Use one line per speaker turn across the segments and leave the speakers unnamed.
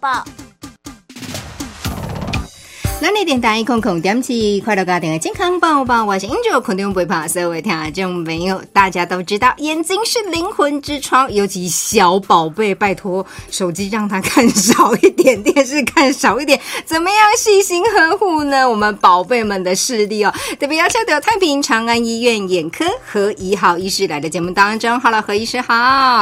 宝。
咱的电台空空点起，快乐家庭的健康宝宝，我是 Angel，肯定不会怕。所有的听众朋友，大家都知道，眼睛是灵魂之窗，尤其小宝贝，拜托手机让他看少一点，电视看少一点，怎么样细心呵护呢？我们宝贝们的视力哦，特别要笑到太平长安医院眼科何怡好医师来的节目当中。Hello，何医师好。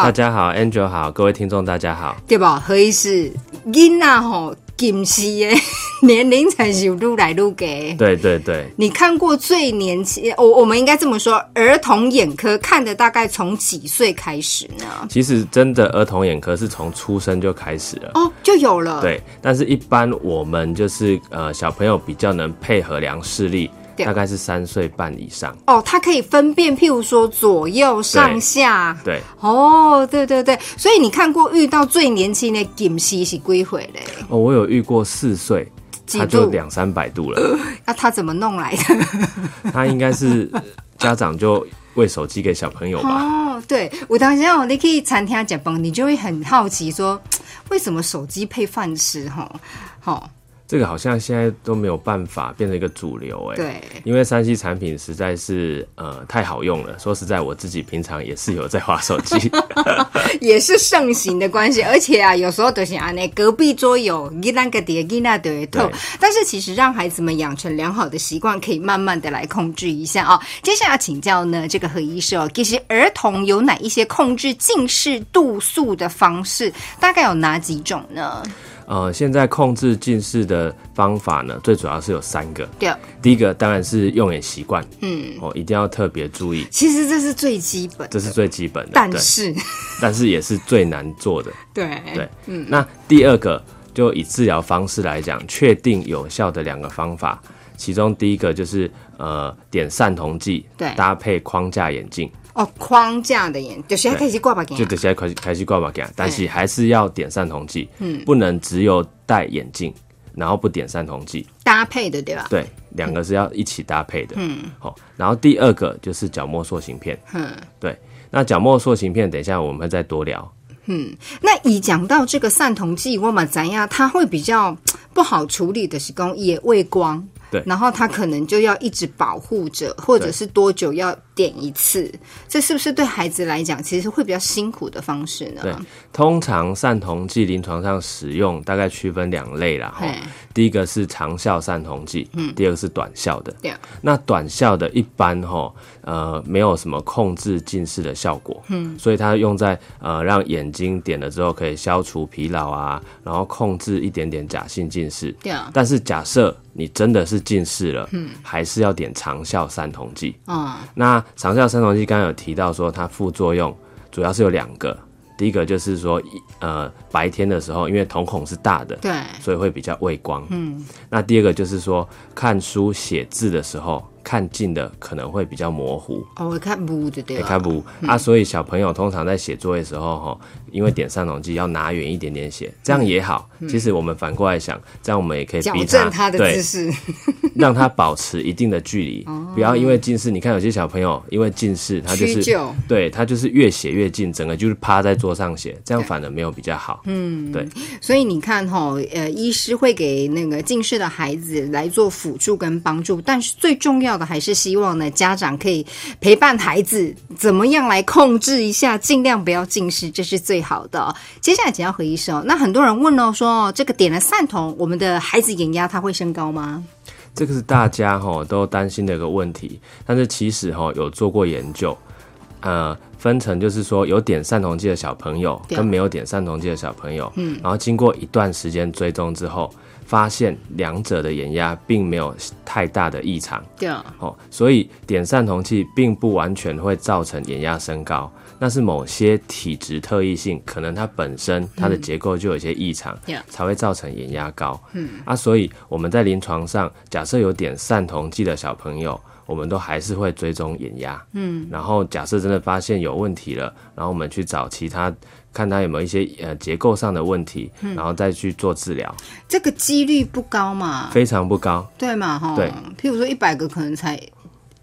大家好，Angel 好，各位听众大家好。
对吧？何以是囡仔吼，近视 的年龄才是愈来愈低。
对对对，
你看过最年轻，我我们应该这么说，儿童眼科看的大概从几岁开始呢？
其实真的儿童眼科是从出生就开始了。
哦，就有了。，
对，但是一般我们就是呃小朋友比较能配合量视力，
对
大概是三岁半以上。
哦，它可以分辨，譬如说左右上下。
对，
哦，对对对，所以你看过遇到最年轻的近视是几回嘞？
哦，我有遇过四岁，
几
他就
度
两三百度了，
那、他怎么弄来的？
他应该是呃家长就喂手机给小朋友吧。
哦， 对，我当时哦，你可以餐厅讲饭，你就会很好奇说，为什么手机配饭吃？哈，好，
这个好像现在都没有办法变成一个主流哎、
对，
因为三 C 产品实在是呃太好用了。说实在，我自己平常也是有在划手机。
也是盛行的关系。而且啊，有时候就是啊，那隔壁桌有一那个碟，一那对透
对。
但是其实让孩子们养成良好的习惯，可以慢慢的来控制一下哦。接下来请教呢，这个何医师哦，其实儿童有哪一些控制近视度数的方式？大概有哪几种呢？
呃，现在控制近视的方法呢，最主要是有三个。
对，
第一个当然是用眼习惯，
嗯，
哦，一定要特别注意，
其实这是最基本的，
这是最基本的。
但
对，
是。哎
但是也是最难做的。
对
对，嗯。那第二个就以治疗方式来讲，确定有效的两个方法，其中第一个就是呃点散瞳剂，
对
搭配框架眼镜，
哦，框架的眼就是它可以去挂把镜
就
啊，
这些开始开始挂把镜，但是还是要点散瞳剂，嗯，不能只有戴眼镜，然后不点散瞳剂。
搭配的对吧？
对，两个是要一起搭配的。嗯，好、然后第二个就是角膜塑形片。
嗯，
对，那角膜塑形片，等一下我们会再多聊。
那以讲到这个散瞳剂，我们怎样，它会比较不好处理的是讲也畏光。
对
然后它可能就要一直保护着，或者
对
是多久要点一次？这是不是对孩子来讲，其实会比较辛苦的方式呢？
对，通常散瞳剂临床上使用大概区分两类啦。哈
嘿，
第一个是长效散瞳剂，嗯，第二个是短效的。
对啊
那短效的一般哈，呃，没有什么控制近视的效果，嗯，所以它用在呃让眼睛点了之后可以消除疲劳啊，然后控制一点点假性近视，
对啊，
但是假设你真的是近视了，还是要点长效散瞳剂。
嗯，
那长效散瞳剂刚刚有提到说它副作用主要是有两个，第一个就是说一呃白天的时候，因为瞳孔是大的，
对，
所以会比较畏光。嗯，那第二个就是说看书写字的时候，看近的可能会比较模糊。
哦，我看不对对
也
吧？
开不
嗯
啊，所以小朋友通常在写作业的时候，哈，因为点散瞳剂要拿远一点点写，这样也好。其实我们反过来想，这样我们也可以
嗯矫
逼
正他的姿
对，
势，
让他保持一定的距离，
哦
不要因为近视。你看有些小朋友因为近视，他就
屈
是
就。
对他就是越写越近，整个就是趴在桌上写，这样反而没有比较好。嗯，对，
所以你看哈、呃，医师会给那个近视的孩子来做辅助跟帮助，但是最重要的还是希望呢，家长可以陪伴孩子怎么样来控制一下，尽量不要近视，这是最好的哦、接下来请要回医生哦。那很多人问哦，说哦，这个点了散瞳，我们的孩子眼压它会升高吗？
这个是大家哈都担心的一个问题，但是其实哈有做过研究，呃，分成就是说有点散瞳剂的小朋友
对
跟没有点散瞳剂的小朋友，嗯，然后经过一段时间追踪之后，发现两者的眼压并没有太大的异常
对啊，
哦，所以点散瞳剂并不完全会造成眼压升高。那是某些体质特异性，可能它本身它的结构就有一些异常，
Yeah
才会造成眼压高。啊，所以我们在临床上，假设有点散瞳剂的小朋友，我们都还是会追踪眼压，嗯，然后假设真的发现有问题了，然后我们去找其他，看他有没有一些呃结构上的问题，然后再去做治疗，
这个几率不高嘛，
非常不高，
对嘛哈、
对
譬如说一百个可能才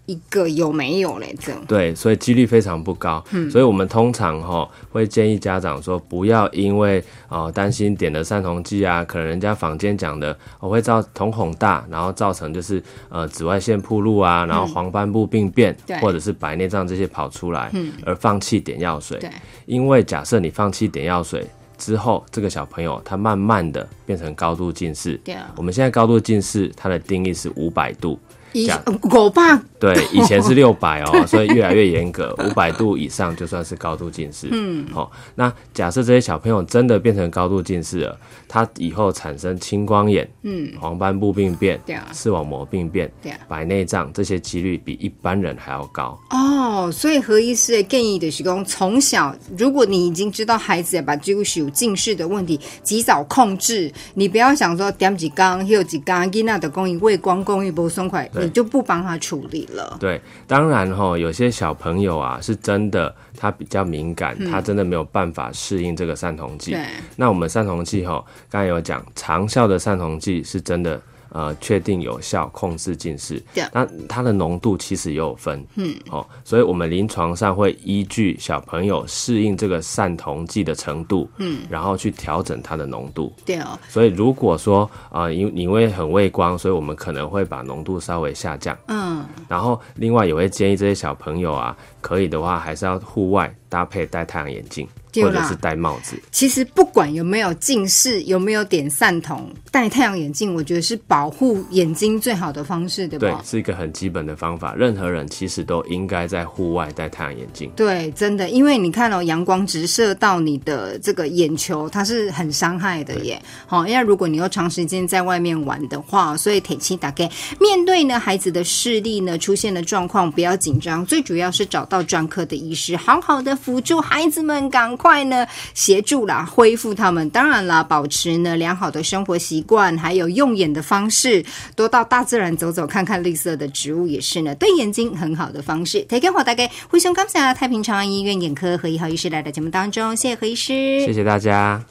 一个有没有嘞？这样
对，所以几率非常不高。
嗯
所以我们通常哈、会建议家长说，不要因为呃担心点了散瞳剂啊，可能人家坊间讲的、我会造瞳孔大，然后造成就是呃紫外线暴露啊，然后黄斑部病变、
嗯对嗯
或者是白内障这些跑出来，而放弃点药水。
对，
因为假设你放弃点药水之后，这个小朋友他慢慢的变成高度近视。
对啊
我们现在高度近视，它的定义是五百度。
一
讲
狗爸
对，以前是六百哦，所以越来越严格，五百度以上就算是高度近视。嗯，好、那假设这些小朋友真的变成高度近视了，他以后产生青光眼、嗯，黄斑部病变、
对啊
视网膜病变、
对啊
白内障这些几率比一般人还要高。
哦，所以何医师的建议的是讲，从小如果你已经知道孩子把这个有近视的问题及早控制，你不要想说点几缸、有几缸、囡仔的公益、畏光公益不松快，
对
你就不帮他处理了。
对，当然哈、有些小朋友啊是真的他比较敏感，他真的没有办法适应这个散瞳剂。
嗯对，
那我们散瞳剂哈，刚才有讲长效的散瞳剂是真的。呃，确定有效控制近视
对，
那它的浓度其实也有分，嗯，哦，所以我们临床上会依据小朋友适应这个散瞳剂的程度，嗯，然后去调整它的浓度。
对哦，
所以如果说啊，因、你因为很畏光，所以我们可能会把浓度稍微下降，
嗯，
然后另外也会建议这些小朋友啊，可以的话还是要户外搭配戴太阳眼镜
对啦
或者是戴帽子。
其实不管有没有近视，有没有点散瞳，戴太阳眼镜，我觉得是保护眼睛最好的方式，对
对
吧，？
是一个很基本的方法，任何人其实都应该在户外戴太阳眼镜。
对，真的，因为你看哦，阳光直射到你的这个眼球，它是很伤害的耶。好、因为如果你又长时间在外面玩的话，所以铁七大概面对呢孩子的视力呢出现的状况，不要紧张，最主要是找到专科的医师，好好的辅助孩子们，赶快呢协助啦，恢复他们。当然啦，保持呢良好的生活习惯，还有用眼的方式，多到大自然走走，看看绿色的植物也是呢对眼睛很好的方式。提供我大概啊灰熊刚才太平长安医院眼科何一豪医师来的节目当中，谢谢何医师，
谢谢大家。